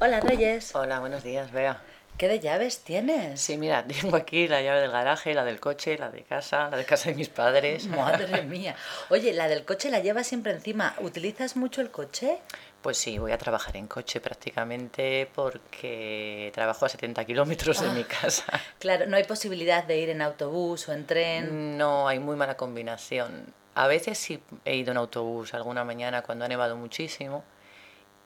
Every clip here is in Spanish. Hola, Reyes. Hola, buenos días, Bea. ¿Qué de llaves tienes? Sí, mira, tengo aquí la llave del garaje, la del coche, la de casa, la de casa de mis padres. Madre mía. Oye, la del coche la llevas siempre encima. ¿Utilizas mucho el coche? Pues sí, voy a trabajar en coche prácticamente porque trabajo a 70 kilómetros de mi Ah. casa. Claro, no hay posibilidad de ir en autobús o en tren. No, hay muy mala combinación. A veces sí he ido en autobús, alguna mañana cuando ha nevado muchísimo,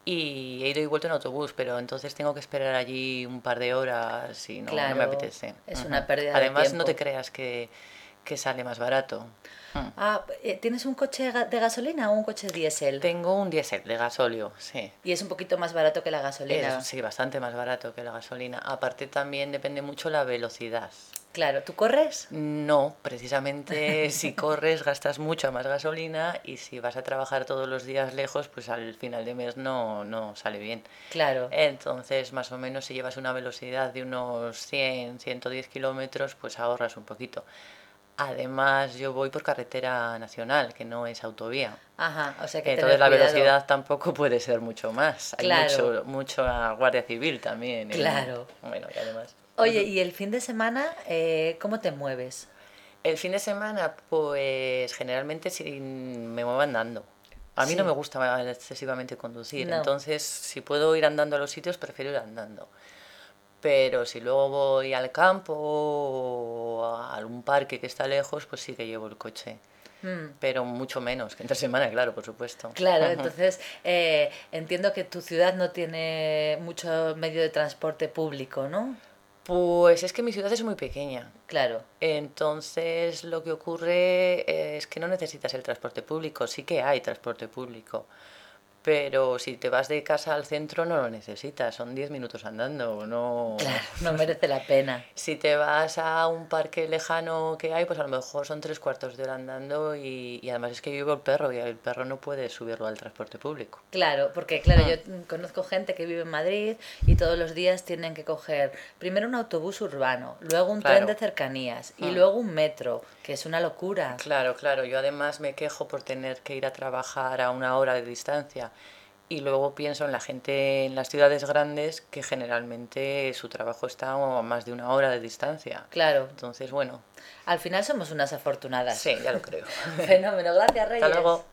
y he ido y vuelto en autobús, pero entonces tengo que esperar allí un par de horas y no, no Claro, me apetece. es Ujú. una pérdida de Además, no te tiempo. creas que, que sale más barato. Mm. Ah, eh, ¿tienes un coche ga- de gasolina o un coche diésel? Tengo un diésel de gasóleo, sí. Y es un poquito más barato que la gasolina. Es, sí, bastante más barato que la gasolina. Aparte también depende mucho la velocidad. Claro, ¿tú corres? No, precisamente si corres gastas mucha más gasolina y si vas a trabajar todos los días lejos, pues al final de mes no, no sale bien. Claro. Entonces, más o menos, si llevas una velocidad de unos 100, 110 kilómetros, pues ahorras un poquito. Además, yo voy por carretera nacional, que no es autovía. Ajá, o sea que Entonces, la tener cuidado. velocidad tampoco puede ser mucho más. Hay Claro. mucho, mucha Guardia Civil también. en- Claro. Bueno, y además. Oye, ¿y el fin de semana eh, cómo te mueves? El fin de semana, pues generalmente sí me muevo andando. A mí Sí. no me gusta excesivamente conducir, No. entonces si puedo ir andando a los sitios, prefiero ir andando. Pero si luego voy al campo o a algún parque que está lejos, pues sí que llevo el coche. Mm, Pero mucho menos que entre semana, claro, por supuesto. Claro, Ujú. entonces eh, entiendo que tu ciudad no tiene mucho medio de transporte público, ¿no? Pues es que mi ciudad es muy pequeña. Claro. Entonces lo que ocurre eh, es que no necesitas el transporte público, sí que hay transporte público, pero si te vas de casa al centro no lo necesitas, son 10 minutos andando, no... Claro, no merece la pena. Si te vas a un parque lejano que hay, pues a lo mejor son tres cuartos de hora andando y, y además es que yo llevo el perro y el perro no puede subirlo al transporte público. Claro, porque claro, Ah. yo mm, conozco gente que vive en Madrid y todos los días tienen que coger primero un autobús urbano, luego un tren Claro. de cercanías y Mm. luego un metro, que es una locura. Claro, claro. Yo además me quejo por tener que ir a trabajar a una hora de distancia. Y luego pienso en la gente en las ciudades grandes que generalmente su trabajo está a más de una hora de distancia. Claro, Entonces, bueno, al final somos unas afortunadas. sí, ya lo creo. Fenómeno, gracias Reyes. Hasta luego.